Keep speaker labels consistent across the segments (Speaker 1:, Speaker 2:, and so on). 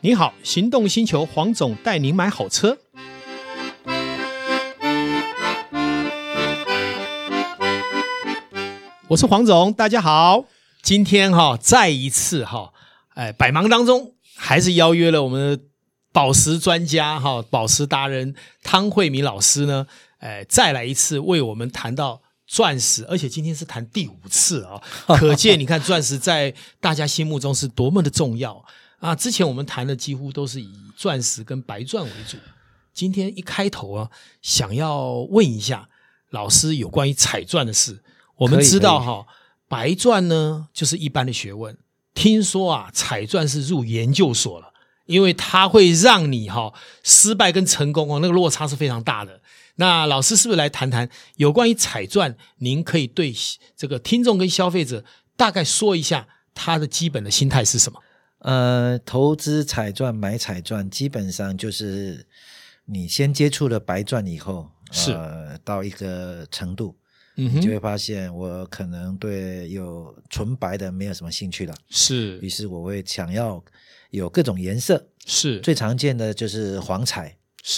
Speaker 1: 你好，行动星球黄总带您买好车。我是黄总，大家好。今天哈、再一次哈、哎，百忙当中还是邀约了我们的宝石专家哈、宝石达人汤慧敏老师呢，哎，再来一次为我们谈到。钻石，而且今天是谈第五次啊、 可见你看钻石在大家心目中是多么的重要啊！之前我们谈的几乎都是以钻石跟白钻为主，今天一开头啊，想要问一下老师有关于彩钻的事。我们
Speaker 2: 可以
Speaker 1: 知道
Speaker 2: 可以
Speaker 1: 哈、白钻呢就是一般的学问，听说啊，彩钻是入研究所了，因为它会让你哈、失败跟成功哦，那个落差是非常大的。那老师是不是来谈谈有关于彩钻？您可以对这个听众跟消费者大概说一下它的基本的心态是什么？
Speaker 2: 呃，投资彩钻买彩钻，基本上就是你先接触了白钻以后，
Speaker 1: 是
Speaker 2: 呃、到一个程度，
Speaker 1: 嗯
Speaker 2: 你就，会发现我可能对有纯白的没有什么兴趣了，于
Speaker 1: 是
Speaker 2: 是我会想要有各种颜色，
Speaker 1: 是
Speaker 2: 最常见的就是黄彩、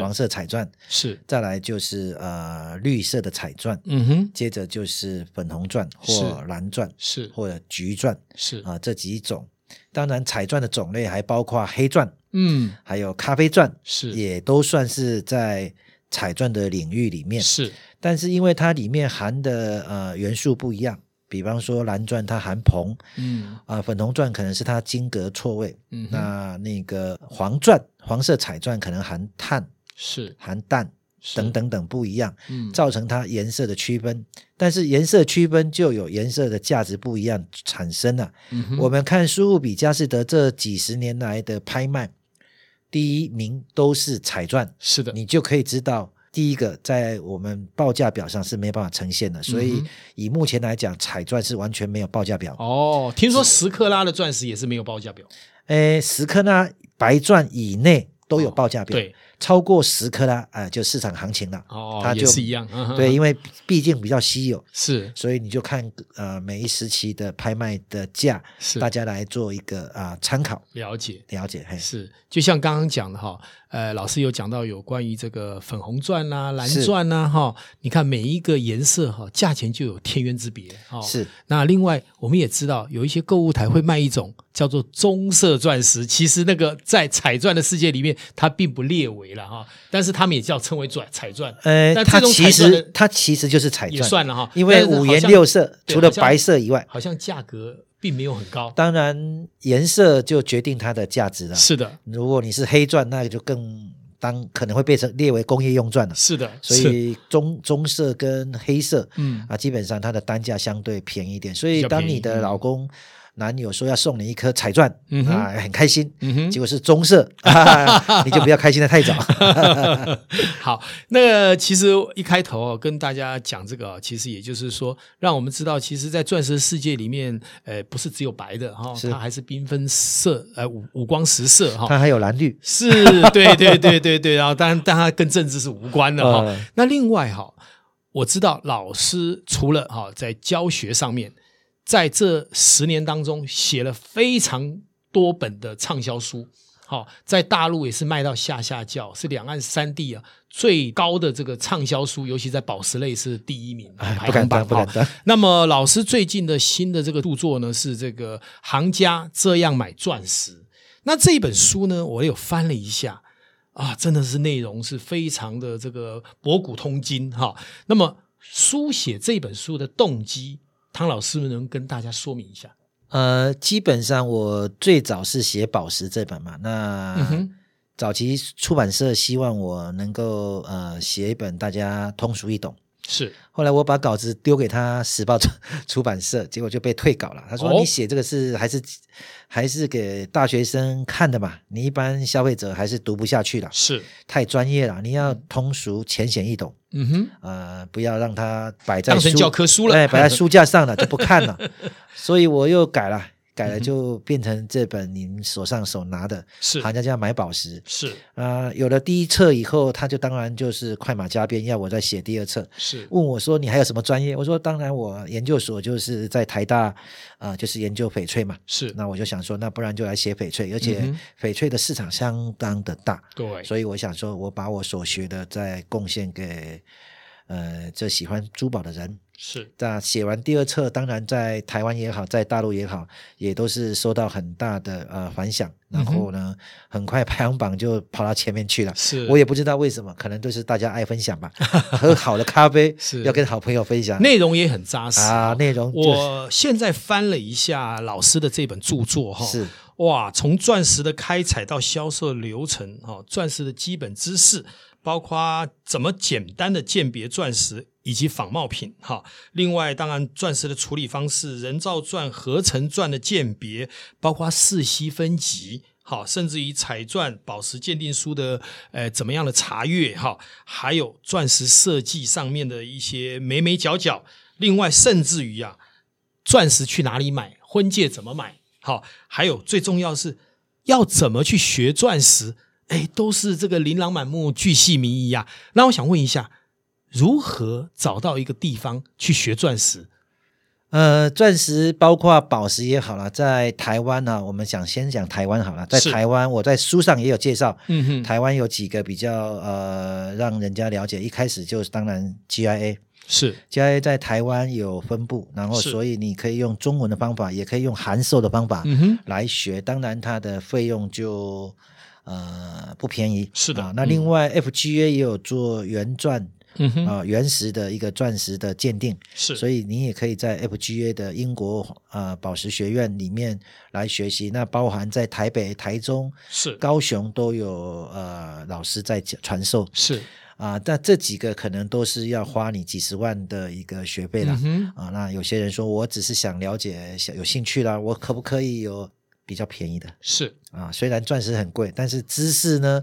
Speaker 2: 黄
Speaker 1: 是
Speaker 2: 色彩钻，
Speaker 1: 是，
Speaker 2: 再来就是呃绿色的彩钻，
Speaker 1: 嗯哼，
Speaker 2: 接着就是粉红钻
Speaker 1: 是
Speaker 2: 或蓝钻
Speaker 1: 是
Speaker 2: 或者橘钻
Speaker 1: 是，
Speaker 2: 啊、这几种。当然，彩钻的种类还包括黑钻。
Speaker 1: 嗯
Speaker 2: 还有咖啡钻，
Speaker 1: 是
Speaker 2: 也都算是在彩钻的领域里面。
Speaker 1: 是
Speaker 2: 但是因为它里面含的呃元素不一样，比方说蓝钻它含硼，
Speaker 1: 嗯
Speaker 2: 啊、粉红钻可能是它晶格错位，
Speaker 1: 嗯哼
Speaker 2: 那那个黄钻黄色彩钻可能含碳、
Speaker 1: 是
Speaker 2: 含氮
Speaker 1: 是
Speaker 2: 等等等不一样，
Speaker 1: 嗯
Speaker 2: 造成它颜色的区分。但是颜色区分就有颜色的价值不一样产生啊了、
Speaker 1: 嗯哼
Speaker 2: 我们看苏富比、佳士得这几十年来的拍卖，第一名都是彩钻，
Speaker 1: 是的，
Speaker 2: 你就可以知道，第一个在我们报价表上是没办法呈现的。所
Speaker 1: 嗯
Speaker 2: 以
Speaker 1: 哼
Speaker 2: 以目前来讲，彩钻是完全没有报价表。
Speaker 1: 哦，听说十克拉的钻石也是没有报价表，
Speaker 2: 诶，十克拉白钻以内都有报价表，
Speaker 1: 哦对，
Speaker 2: 超过十克拉啊、呃就市场行情了。
Speaker 1: 哦
Speaker 2: 它，
Speaker 1: 也
Speaker 2: 就是
Speaker 1: 一样，嗯哼
Speaker 2: 对，因为毕竟比较稀有，
Speaker 1: 是
Speaker 2: 所以你就看呃每一时期的拍卖的价，
Speaker 1: 是
Speaker 2: 大家来做一个啊、参考
Speaker 1: 了解。
Speaker 2: 了解。嘿，
Speaker 1: 是，就像刚刚讲的哈，呃，老师有讲到有关于这个粉红钻呐、蓝
Speaker 2: 是
Speaker 1: 钻呐、哈，你看每一个颜色哈，价钱就有天渊之别哈。哦
Speaker 2: 是。
Speaker 1: 那另外，我们也知道有一些购物台会卖一种叫做棕色钻石，其实那个在彩钻的世界里面，它并不列为了哈，但是他们也叫称为钻彩钻，
Speaker 2: 呃
Speaker 1: 那，这
Speaker 2: 它
Speaker 1: 种
Speaker 2: 其
Speaker 1: 彩钻
Speaker 2: 实
Speaker 1: 的
Speaker 2: 它其实就是彩
Speaker 1: 也
Speaker 2: 钻，
Speaker 1: 算了哈。
Speaker 2: 因为
Speaker 1: 但是
Speaker 2: 五
Speaker 1: 好
Speaker 2: 颜
Speaker 1: 像
Speaker 2: 六色，
Speaker 1: 对
Speaker 2: 除了
Speaker 1: 好像
Speaker 2: 白色以外，
Speaker 1: 好像价格并没有很高。
Speaker 2: 当然颜色就决定它的价值了。
Speaker 1: 是的，
Speaker 2: 如果你是黑钻，那就更当可能会被成列为工业用钻了。
Speaker 1: 是的，
Speaker 2: 所
Speaker 1: 是
Speaker 2: 以棕棕色跟黑色，
Speaker 1: 嗯
Speaker 2: 啊，基本上它的单价相对便宜一点。所
Speaker 1: 比
Speaker 2: 以
Speaker 1: 较
Speaker 2: 当
Speaker 1: 便宜
Speaker 2: 你的
Speaker 1: 嗯
Speaker 2: 老公、男友说要送你一颗彩钻，
Speaker 1: 嗯哼
Speaker 2: 啊，很开心，
Speaker 1: 嗯哼
Speaker 2: 结果是棕色， 啊、你就不要开心的太 早。
Speaker 1: 好，那其实一开头哦，跟大家讲这个哦，其实也就是说，让我们知道，其实，在钻石世界里面，呃，不是只有白的哈、
Speaker 2: 是
Speaker 1: 它还是缤纷色，呃，五五光十色哈、
Speaker 2: 它还有蓝绿，
Speaker 1: 是，对对对对对，然后当然，但它跟政治是无关的哈、
Speaker 2: 嗯
Speaker 1: 那另外哈、我知道老师除了哈、在教学上面，在这十年当中写了非常多本的畅销书，好、在大陆也是卖到下下教，是两岸三地啊最高的这个畅销书，尤其在宝石类是第一名，
Speaker 2: 哎
Speaker 1: 排
Speaker 2: 不敢
Speaker 1: 行榜
Speaker 2: 当，不敢
Speaker 1: 哈
Speaker 2: 当。
Speaker 1: 那么老师最近的新的这个著作呢，是这个行家这样买钻石。那这一本书呢，我有翻了一下啊，真的是内容是非常的这个博古通今哈。那么书写这本书的动机，汤老师能跟大家说明一下？
Speaker 2: 呃，基本上我最早是写《宝石》这本嘛，那、
Speaker 1: 嗯哼，
Speaker 2: 早期出版社希望我能够呃写一本大家通俗易懂。
Speaker 1: 是
Speaker 2: 后来我把稿子丢给他时报出 出版社，结果就被退稿了。他说：“
Speaker 1: 哦
Speaker 2: 你写这个是还是还是给大学生看的嘛？你一般消费者还是读不下去了，
Speaker 1: 是，
Speaker 2: 太专业了。你要通俗浅显易懂，
Speaker 1: 嗯哼，
Speaker 2: 呃，不要让它摆在
Speaker 1: 当成
Speaker 2: 书哎
Speaker 1: 教科书了，
Speaker 2: 哎，摆在书架上了就不看了。所以我又改了，改
Speaker 1: 嗯
Speaker 2: 了就变成这本您手上手拿的，
Speaker 1: 是
Speaker 2: 行家叫买宝石
Speaker 1: 是
Speaker 2: 啊、有了第一册以后，他就当然就是快马加鞭，要我再写第二册。
Speaker 1: 是
Speaker 2: 问我说：“你还有什么专业？”我说：“当然，我研究所就是在台大，啊、就是研究翡翠嘛。
Speaker 1: 是，
Speaker 2: 那我就想说，那不然就来写翡翠，而
Speaker 1: 嗯
Speaker 2: 且
Speaker 1: 哼哎
Speaker 2: 翡翠的市场相当的大，
Speaker 1: 对，
Speaker 2: 所以我想说，我把我所学的再贡献给呃这喜欢珠宝的人。
Speaker 1: 是
Speaker 2: 那写完第二册，当然在台湾也好，在大陆也好，也都是收到很大的呃反响。然后呢，很快排行榜就跑到前面去了。
Speaker 1: 嗯是，
Speaker 2: 我也不知道为什么，可能就是大家爱 分享吧，喝好的咖啡
Speaker 1: 是
Speaker 2: 要跟好朋友分享。
Speaker 1: 内容也很扎实
Speaker 2: 啊，内容就
Speaker 1: 我现在翻了一下老师的这本著作哈，
Speaker 2: 是
Speaker 1: 哇，从钻石的开采到销售流程哈，钻石的基本知识，包括怎么简单的鉴别钻石以及仿冒品哈。另外，当然钻石的处理方式、人造钻、合成钻的鉴别，包括四析分级。好，甚至于彩钻、宝石鉴定书的，呃，怎么样的查阅哈，还有钻石设计上面的一些眉眉角角，另外甚至于啊，钻石去哪里买，婚戒怎么买，好，还有最重要是要怎么去学钻石，哎，都是这个琳琅满目、巨细靡遗啊。那我想问一下，如何找到一个地方去学钻石？
Speaker 2: 呃，钻石包括宝石也好了，在台湾呢、我们想先讲台湾好了，在
Speaker 1: 是
Speaker 2: 台湾我在书上也有介绍，
Speaker 1: 嗯，
Speaker 2: 台湾有几个比较呃让人家了解，一开始就是当然 GIA。
Speaker 1: 是
Speaker 2: GIA 在台湾有分布，然后
Speaker 1: 是
Speaker 2: 所以你可以用中文的方法，也可以用函授的方法
Speaker 1: 嗯哼
Speaker 2: 来学。当然，它的费用就呃不便宜。
Speaker 1: 是的
Speaker 2: 啊那另外 FGA 也有做原钻
Speaker 1: 嗯哼，
Speaker 2: 啊、原石的一个钻石的鉴定，
Speaker 1: 是，
Speaker 2: 所
Speaker 1: 以
Speaker 2: 以你也可以在 FGA 的英国呃宝石学院里面来学习。那包含在台北、台中、
Speaker 1: 是
Speaker 2: 高雄都有呃老师在讲传授
Speaker 1: 是，
Speaker 2: 啊，但这几个可能都是要花你几十万的一个学费啦。
Speaker 1: 嗯哼，
Speaker 2: 啊。那有些人说我只是想了解，想有兴趣啦，我可不可以有比较便宜的
Speaker 1: 是
Speaker 2: 啊？虽然钻石很贵，但是知识呢，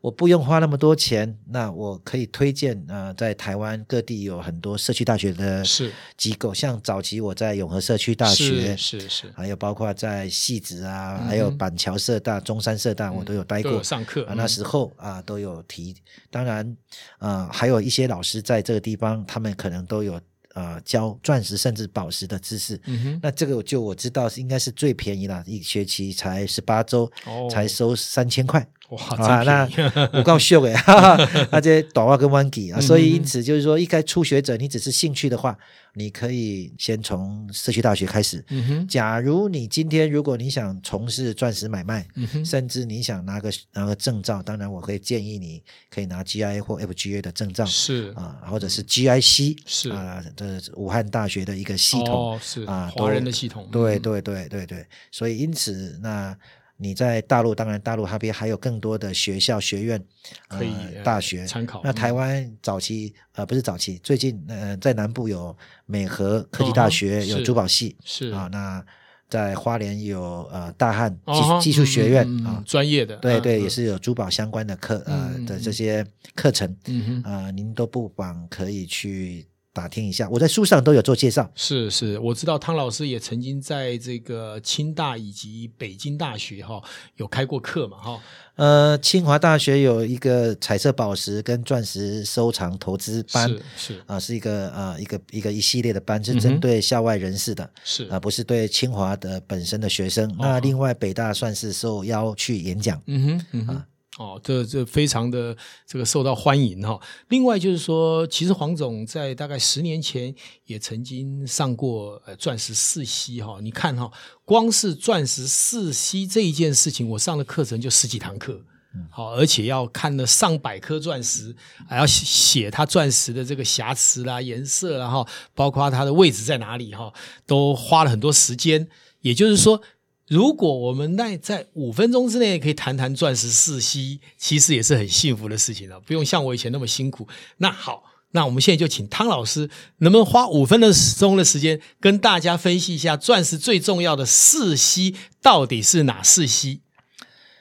Speaker 2: 我不用花那么多钱。那我可以推荐啊、呃在台湾各地有很多社区大学的
Speaker 1: 是
Speaker 2: 机构，像早期我在永和社区呃大学。
Speaker 1: 是是是，
Speaker 2: 还有包括在戏子啊，
Speaker 1: 嗯
Speaker 2: 还有
Speaker 1: 哼嗯
Speaker 2: 板桥社大、中山社大，我都有待
Speaker 1: 都
Speaker 2: 过
Speaker 1: 有。上课
Speaker 2: 啊，那
Speaker 1: 嗯
Speaker 2: 时候啊都有提，当然，呃，还有一些老师在这个地方，他们可能都有呃教钻石甚至宝石的知识。
Speaker 1: 嗯哼，
Speaker 2: 那这个就我知道是应该是最便宜啦，一学期才十八周，
Speaker 1: 哦
Speaker 2: 才收三千块。
Speaker 1: 哇，
Speaker 2: 啊，那
Speaker 1: 真便宜嗯
Speaker 2: 我告秀哎，哈哈，那这些短袜跟弯底啊，所以因此就是说，一开初学者，你只是兴趣的话，你可以先从社区大学开始。
Speaker 1: 嗯 哼，
Speaker 2: 假如你今天如果你想从事钻石买卖，
Speaker 1: 嗯哼，
Speaker 2: 甚至你想拿个拿个证照，当然我可以建议你可以拿 GIA 或 FGA 的证照
Speaker 1: 是嗯
Speaker 2: 啊，或者是 GIC
Speaker 1: 是
Speaker 2: 啊，这是武汉大学的一个系统。
Speaker 1: 哦是
Speaker 2: 啊
Speaker 1: 华
Speaker 2: 都
Speaker 1: 人的系统，
Speaker 2: 对
Speaker 1: 嗯，
Speaker 2: 对对对对，所以因此那。你在大陆，当然大陆那边还有更多的学校、学院，呃
Speaker 1: 可以
Speaker 2: 大学
Speaker 1: 参考
Speaker 2: 那
Speaker 1: 嗯
Speaker 2: 台湾早期，呃，不是早期，最近呃，在南部有美和科技
Speaker 1: 嗯
Speaker 2: 大
Speaker 1: 哼
Speaker 2: 学，有
Speaker 1: 是
Speaker 2: 珠宝系
Speaker 1: 是
Speaker 2: 啊，那在花莲有呃大汉技、
Speaker 1: 哦哈
Speaker 2: 技术学院、
Speaker 1: 嗯嗯嗯
Speaker 2: 啊，
Speaker 1: 专业的，
Speaker 2: 对
Speaker 1: 嗯
Speaker 2: 对，也，是有珠宝相关的课呃
Speaker 1: 嗯嗯
Speaker 2: 的
Speaker 1: 嗯
Speaker 2: 这些课程，
Speaker 1: 嗯哼。
Speaker 2: 啊，您都不妨可以去打听一下，我在书上都有做介绍。
Speaker 1: 是是，我知道汤老师也曾经在这个清大以及北京大学哈、有开过课嘛哈、
Speaker 2: 呃，清华大学有一个彩色宝石跟钻石收藏投资班，
Speaker 1: 是是
Speaker 2: 啊、是一个呃一个一个一系列的班，是
Speaker 1: 嗯
Speaker 2: 针
Speaker 1: 哼
Speaker 2: 对校外人士的，
Speaker 1: 是哦
Speaker 2: 啊、不是对清华的本身的学生。那另外北大算是受邀去演讲，
Speaker 1: 嗯哼，嗯哼，哦，这这非常的这个受到欢迎哈、另外就是说，其实黄总在大概十年前也曾经上过呃钻石四期哈、你看哈、光是钻石四期这一件事情，我上的课程就十几堂课。好，而且要看了上百颗钻石，还要写写它钻石的这个瑕疵啦、颜色啦，哈，包括它的位置在哪里哈，都花了很多时间。也就是说，如果我们那在五分钟之内可以谈谈钻石四息，其实也是很幸福的事情了，不用像我以前那么辛苦。那好，那我们现在就请汤老师，能不能花五分的钟的时间跟大家分析一下钻石最重要的四息到底是哪四息？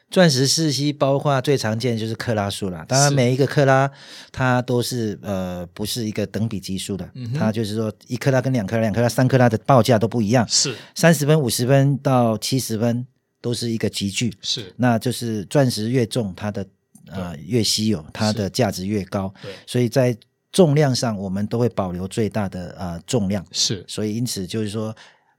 Speaker 2: 钻石四烯包括最常见的就是克拉数啦，当然
Speaker 1: 是
Speaker 2: 每一个克拉它都是呃不是一个等比级数的，
Speaker 1: 嗯哼
Speaker 2: 它就是说一克拉跟两克拉、两克拉、三克拉的报价都不一样，
Speaker 1: 是
Speaker 2: 三十分、五十分到七十分都是一个集聚，
Speaker 1: 是，
Speaker 2: 那就是钻石越重，它的呃越稀有，它的价值越高，
Speaker 1: 对，
Speaker 2: 所以在重量上我们都会保留最大的呃重量。
Speaker 1: 是
Speaker 2: 所以因此就是说，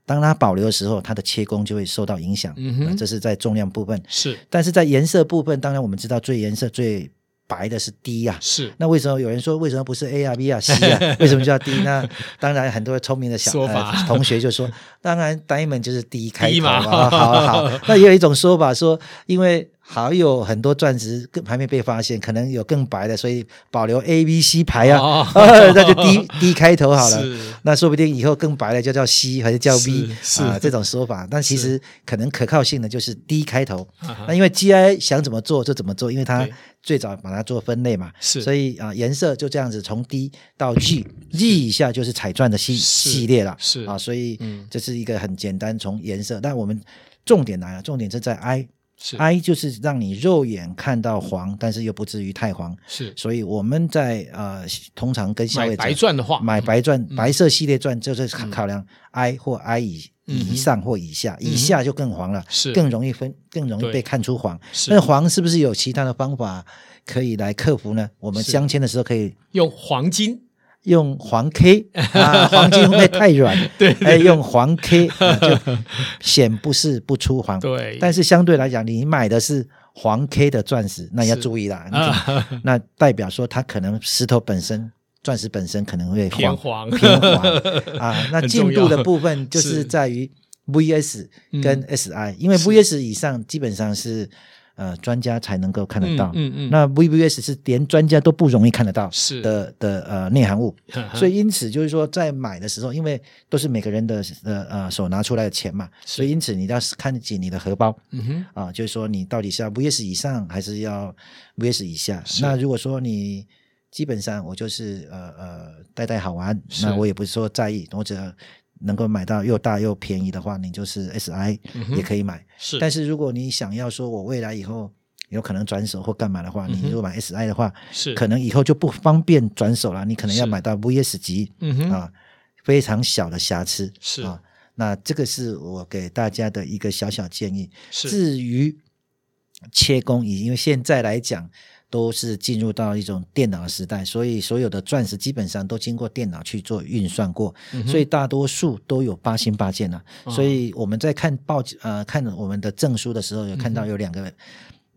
Speaker 2: 当它保留的时候，它的切工就会受到影响。
Speaker 1: 嗯哼
Speaker 2: 呃这是在重量部分，
Speaker 1: 是
Speaker 2: 但是在颜色部分，当然我们知道最颜色最白的是 D 呀、
Speaker 1: 是，
Speaker 2: 那为什么有人说为什么不是 A 啊 B 啊 C 啊？为什么叫 D？那当然，很多聪明的小
Speaker 1: 说法
Speaker 2: 呃同学就说，当然 diamond 就是 D 开
Speaker 1: D
Speaker 2: 头
Speaker 1: 嘛
Speaker 2: 啊。好好 好，那也有一种说法说，因为还有很多钻石更还没被发现，可能有更白的，所以保留 A、B、C 牌啊，
Speaker 1: 哦
Speaker 2: 那就 D D 开头好了
Speaker 1: 是。
Speaker 2: 那说不定以后更白的就叫 C 还是叫
Speaker 1: 是
Speaker 2: B
Speaker 1: 是
Speaker 2: 啊这种说法，但其实可能可靠性的就是 D 开头。
Speaker 1: 啊哈
Speaker 2: 那因为 GI 想怎么做就怎么做，因为它
Speaker 1: 对
Speaker 2: 最早把它做分类嘛，
Speaker 1: 是
Speaker 2: 所以啊、颜色就这样子从 D 到 G，G 以下就是彩钻的系
Speaker 1: 是
Speaker 2: 系列了，
Speaker 1: 是
Speaker 2: 啊，所以
Speaker 1: 嗯
Speaker 2: 这是一个很简单从颜色，但我们重点来了，重点是在 I。
Speaker 1: 是
Speaker 2: I 就是让你肉眼看到黄，但是又不至于太黄，
Speaker 1: 是
Speaker 2: 所以我们在呃通常跟消
Speaker 1: 买
Speaker 2: 费者
Speaker 1: 白钻的话，
Speaker 2: 买白钻、
Speaker 1: 嗯
Speaker 2: 白色系列钻，就是考考量 I 或 I 以
Speaker 1: 嗯哼
Speaker 2: 以上或以下，
Speaker 1: 嗯哼
Speaker 2: 以下就更黄了，
Speaker 1: 是
Speaker 2: 更容易分，更容易
Speaker 1: 对
Speaker 2: 被看出黄。
Speaker 1: 是
Speaker 2: 那黄是不是有其他的方法可以来克服呢？我们
Speaker 1: 是
Speaker 2: 镶嵌的时候可以
Speaker 1: 用黄金，
Speaker 2: 用黄 K 啊，黄金会不会太软？
Speaker 1: 对
Speaker 2: 哎，用黄 K、啊、就显不是不出黄，
Speaker 1: 对，
Speaker 2: 但是相对来讲，你买的是黄 K 的钻石，那要
Speaker 1: 是
Speaker 2: 注意啦，你可
Speaker 1: 啊
Speaker 2: 那代表说它可能石头本身、钻石本身可能 会
Speaker 1: 偏
Speaker 2: 黄
Speaker 1: 黄
Speaker 2: 偏黄 啊。那
Speaker 1: 很
Speaker 2: 进
Speaker 1: 重
Speaker 2: 度的
Speaker 1: 要
Speaker 2: 部分就是是在于 VS
Speaker 1: 嗯
Speaker 2: 跟 SI，、因为
Speaker 1: 是
Speaker 2: VS 以上基本上是呃专家才能够看得到，
Speaker 1: 嗯嗯嗯
Speaker 2: 那 VVS 是连专家都不容易看得到
Speaker 1: 是嗯
Speaker 2: 的的呃内涵物。
Speaker 1: 呵呵
Speaker 2: 所以因此就是说，在买的时候，因为都是每个人的呃呃手拿出来的钱嘛，所以因此你要看紧你的荷包，
Speaker 1: 嗯哼
Speaker 2: 啊，就是说你到底是要 VS 以上还是要 VS 以下？
Speaker 1: 是
Speaker 2: 那如果说你基本上我就是呃呃带带好玩，
Speaker 1: 是
Speaker 2: 那我也不是说在意，我只要能够买到又大又便宜的话，你就是 SI
Speaker 1: 嗯哼
Speaker 2: 也可以买。
Speaker 1: 是，
Speaker 2: 但是如果你想要说我未来以后有可能转手或干嘛的话，
Speaker 1: 嗯
Speaker 2: 你
Speaker 1: 哼
Speaker 2: 如果买 SI 的话，
Speaker 1: 是
Speaker 2: 可能以后就不方便转手了，你可能要
Speaker 1: 是
Speaker 2: 买到 VS 级、
Speaker 1: 嗯哼
Speaker 2: 啊，非常小的瑕疵
Speaker 1: 是
Speaker 2: 啊。那这个是我给大家的一个小小建议。
Speaker 1: 是
Speaker 2: 至于切工艺，因为现在来讲都是进入到一种电脑的时代，所以所有的钻石基本上都经过电脑去做运算过，
Speaker 1: 嗯哼
Speaker 2: 所以大多数都有八星八件了、啊
Speaker 1: 哦
Speaker 2: 所以我们在看报呃看我们的证书的时候，有看到有两个。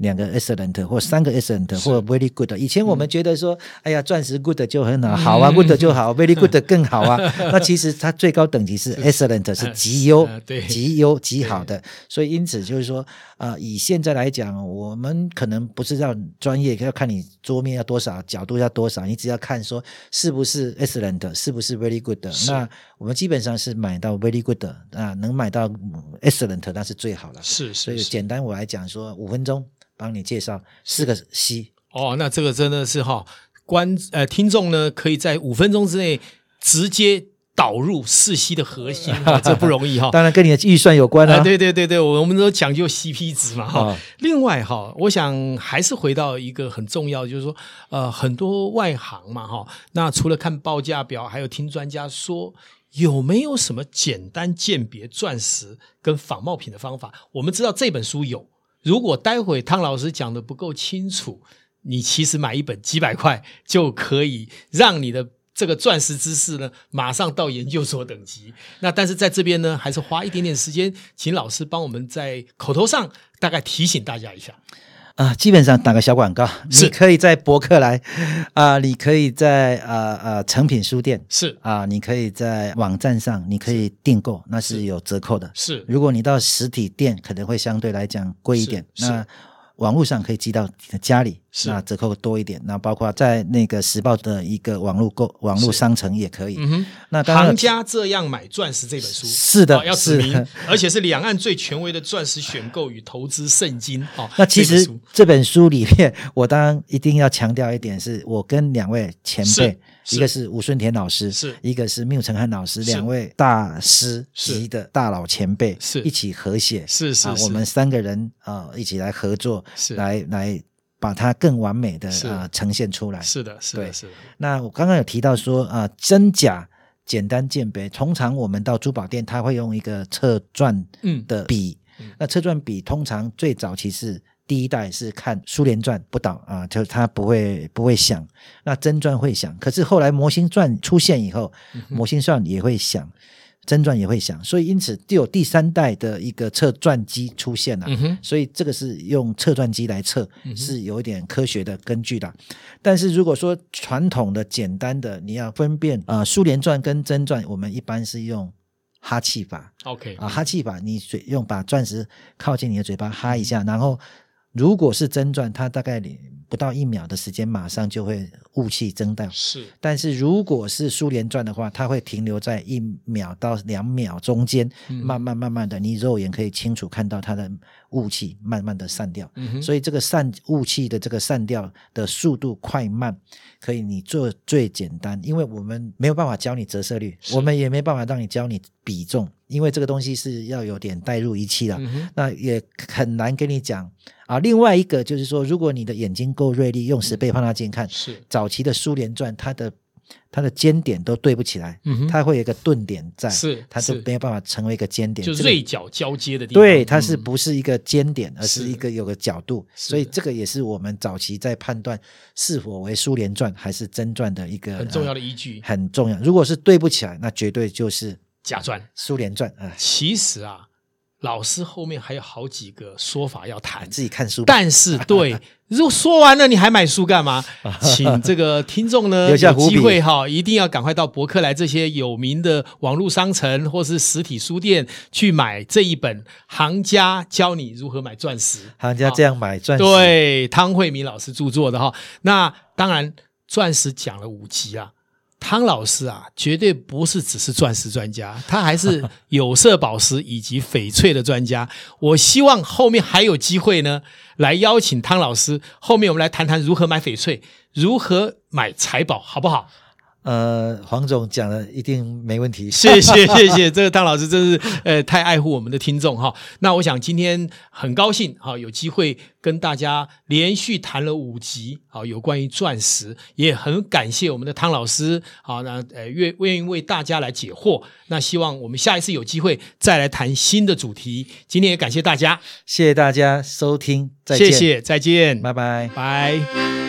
Speaker 2: 两个 excellent 或三个 excellent
Speaker 1: 嗯是嗯
Speaker 2: 或 very good，以前我们觉得说，哎呀，钻石 good 就很好，好啊，good 就好，very good 更好啊。那其实它最高等级是 excellent，是极优
Speaker 1: 呃 对，
Speaker 2: 极优极好的。所以因此就是说，呃，以现在来讲，我们可能不是要专业，要看你桌面要多少，角度要多少，你只要看说是不是 excellent，是不是 very good 的。
Speaker 1: 是
Speaker 2: 那我们基本上是买到 very good 的，啊，能买到嗯 excellent 那是最好了。
Speaker 1: 是
Speaker 2: 所
Speaker 1: 是
Speaker 2: 以
Speaker 1: 是
Speaker 2: 简单我来讲说，五分钟帮你介绍四个 C。
Speaker 1: 哦，那这个真的是哈、观呃听众呢可以在五分钟之内直接导入四 C 的核 心，哈这不容易哈、
Speaker 2: 当然跟你的预算有关
Speaker 1: 啊、
Speaker 2: 啦、
Speaker 1: 哦对对对对，我们都讲究 CP 值嘛哈、
Speaker 2: 啊
Speaker 1: 另外哈、我想还是回到一个很重要的，就是说呃，很多外行嘛哈、那除了看报价表，还有听专家说。有没有什么简单鉴别钻石跟仿冒品的方法？我们知道这本书有，如果待会汤老师讲的不够清楚，你其实买一本几百块就可以让你的这个钻石知识呢，马上到研究所等级。那但是在这边呢，还是花一点点时间，请老师帮我们在口头上大概提醒大家一下。
Speaker 2: 啊，基本上打个小广告，
Speaker 1: 是
Speaker 2: 你可以在博客来，啊、你可以在啊啊、成品书店
Speaker 1: 是
Speaker 2: 啊、你可以在网站上，你可以订购，那
Speaker 1: 是
Speaker 2: 是有折扣的。
Speaker 1: 是
Speaker 2: 如果你到实体店，可能会相对来讲贵一点。
Speaker 1: 是是
Speaker 2: 那网络上可以寄到你的家里
Speaker 1: 是
Speaker 2: 那折扣多一点。那包括在那个时报的一个网络购网络商城也可以。
Speaker 1: 嗯哼，
Speaker 2: 那刚刚
Speaker 1: 行家这样买钻石这本书
Speaker 2: 是的
Speaker 1: 哦要指
Speaker 2: 是
Speaker 1: 明
Speaker 2: 的，
Speaker 1: 而且是两岸最权威的钻石选购与投资圣经哦。
Speaker 2: 那其
Speaker 1: 这本
Speaker 2: 实
Speaker 1: 书
Speaker 2: 这本书里面，我当然一定要强调一点是，我跟两位前辈，
Speaker 1: 是是
Speaker 2: 一个是吴顺田老师，
Speaker 1: 是
Speaker 2: 一个是缪成汉老师，
Speaker 1: 是
Speaker 2: 两位大师
Speaker 1: 是
Speaker 2: 级的大佬前辈，
Speaker 1: 是
Speaker 2: 一起合写，
Speaker 1: 是是
Speaker 2: 啊，
Speaker 1: 是
Speaker 2: 我们三个人啊、一起来合作，
Speaker 1: 是
Speaker 2: 来来把它更完美的
Speaker 1: 是
Speaker 2: 啊、呈现出来。
Speaker 1: 是的，是的，
Speaker 2: 对
Speaker 1: 是的，
Speaker 2: 那我刚刚有提到说啊、真假。简单鉴别，通常我们到珠宝店，他会用一个测钻
Speaker 1: 嗯，
Speaker 2: 的笔。
Speaker 1: 嗯
Speaker 2: 那车转笔通常最早期是第一代是看苏联转不倒啊、就是它不会不会响，那真转会响。可是后来模型转出现以后，
Speaker 1: 嗯
Speaker 2: 模型转也会响，真转也会响，所以因此就有第三代的一个测转机出现了、
Speaker 1: 嗯哼，
Speaker 2: 所以这个是用测转机来测
Speaker 1: 嗯，哼
Speaker 2: 是有一点科学的根据的。但是如果说传统的、简单的，你要分辨啊、呃苏联转跟真转，我们一般是用哈气法。
Speaker 1: ，OK，
Speaker 2: 啊，哈气法，你嘴用把钻石靠近你的嘴巴哈一
Speaker 1: 嗯
Speaker 2: 下，然后如果是真钻，它大概不到一秒的时间，马上就会雾气蒸到。
Speaker 1: 是
Speaker 2: 但是如果是苏联钻的话，它会停留在一秒到两秒中间，
Speaker 1: 嗯
Speaker 2: 慢慢慢慢的，你肉眼可以清楚看到它的雾气慢慢的散掉。
Speaker 1: 嗯哼，
Speaker 2: 所以这个散雾气的这个散掉的速度快慢，可以你做最简单，因为我们没有办法教你折射率，
Speaker 1: 是
Speaker 2: 我们也没办法让你教你比重，因为这个东西是要有点带入仪器的，
Speaker 1: 嗯哼，
Speaker 2: 那也很难跟你讲啊。另外一个就是说，如果你的眼睛够锐利，用十倍放大镜看，
Speaker 1: 嗯是，
Speaker 2: 早期的苏联传，它的它的尖点都对不起来，
Speaker 1: 嗯哼，
Speaker 2: 它会有一个钝点在，
Speaker 1: 是
Speaker 2: 它就是没有办法成为一个尖点，
Speaker 1: 就
Speaker 2: 这个
Speaker 1: 锐角交接的地方，
Speaker 2: 对，它是
Speaker 1: 嗯
Speaker 2: 不是一个尖点，而
Speaker 1: 是
Speaker 2: 是一个有个角度，
Speaker 1: 是
Speaker 2: 所以
Speaker 1: 的
Speaker 2: 这个也是我们早期在判断是否为苏联传还是真传的一个
Speaker 1: 很重要
Speaker 2: 的、
Speaker 1: 的依据，
Speaker 2: 很重要。如果是对不起来，那绝对就是
Speaker 1: 假钻。
Speaker 2: 苏联传啊、哎
Speaker 1: 其实啊，老师后面还有好几个说法要谈，
Speaker 2: 自己看书吧，
Speaker 1: 但是对，如果说完了你还买书干 嘛？请这个听众呢
Speaker 2: 留下
Speaker 1: 有
Speaker 2: 伏笔
Speaker 1: 机会哈，一定要赶快到博客来这些有名的网络商城或是实体书店去买这一本《行家教你如何买钻石》。
Speaker 2: 行家这样买钻石，，
Speaker 1: 对，汤慧敏老师著作的哈。那当然，钻石讲了五集啊。汤老师啊，绝对不是只是钻石专家，他还是有色宝石以及翡翠的专家。我希望后面还有机会呢，来邀请汤老师，后面我们来谈谈如何买翡翠，如何买财宝，好不好？
Speaker 2: 呃，黄总讲的一定没问题。
Speaker 1: 谢谢谢谢，这个汤老师真是呃太爱护我们的听众哈。那我想今天很高兴哈，有机会跟大家连续谈了五集啊，有关于钻石，也很感谢我们的汤老师好，那呃愿愿意为大家来解惑。那希望我们下一次有机会再来谈新的主题。今天也感谢大家，
Speaker 2: 谢谢大家收听，再见，
Speaker 1: 谢，谢，再见，
Speaker 2: 拜拜。
Speaker 1: 拜。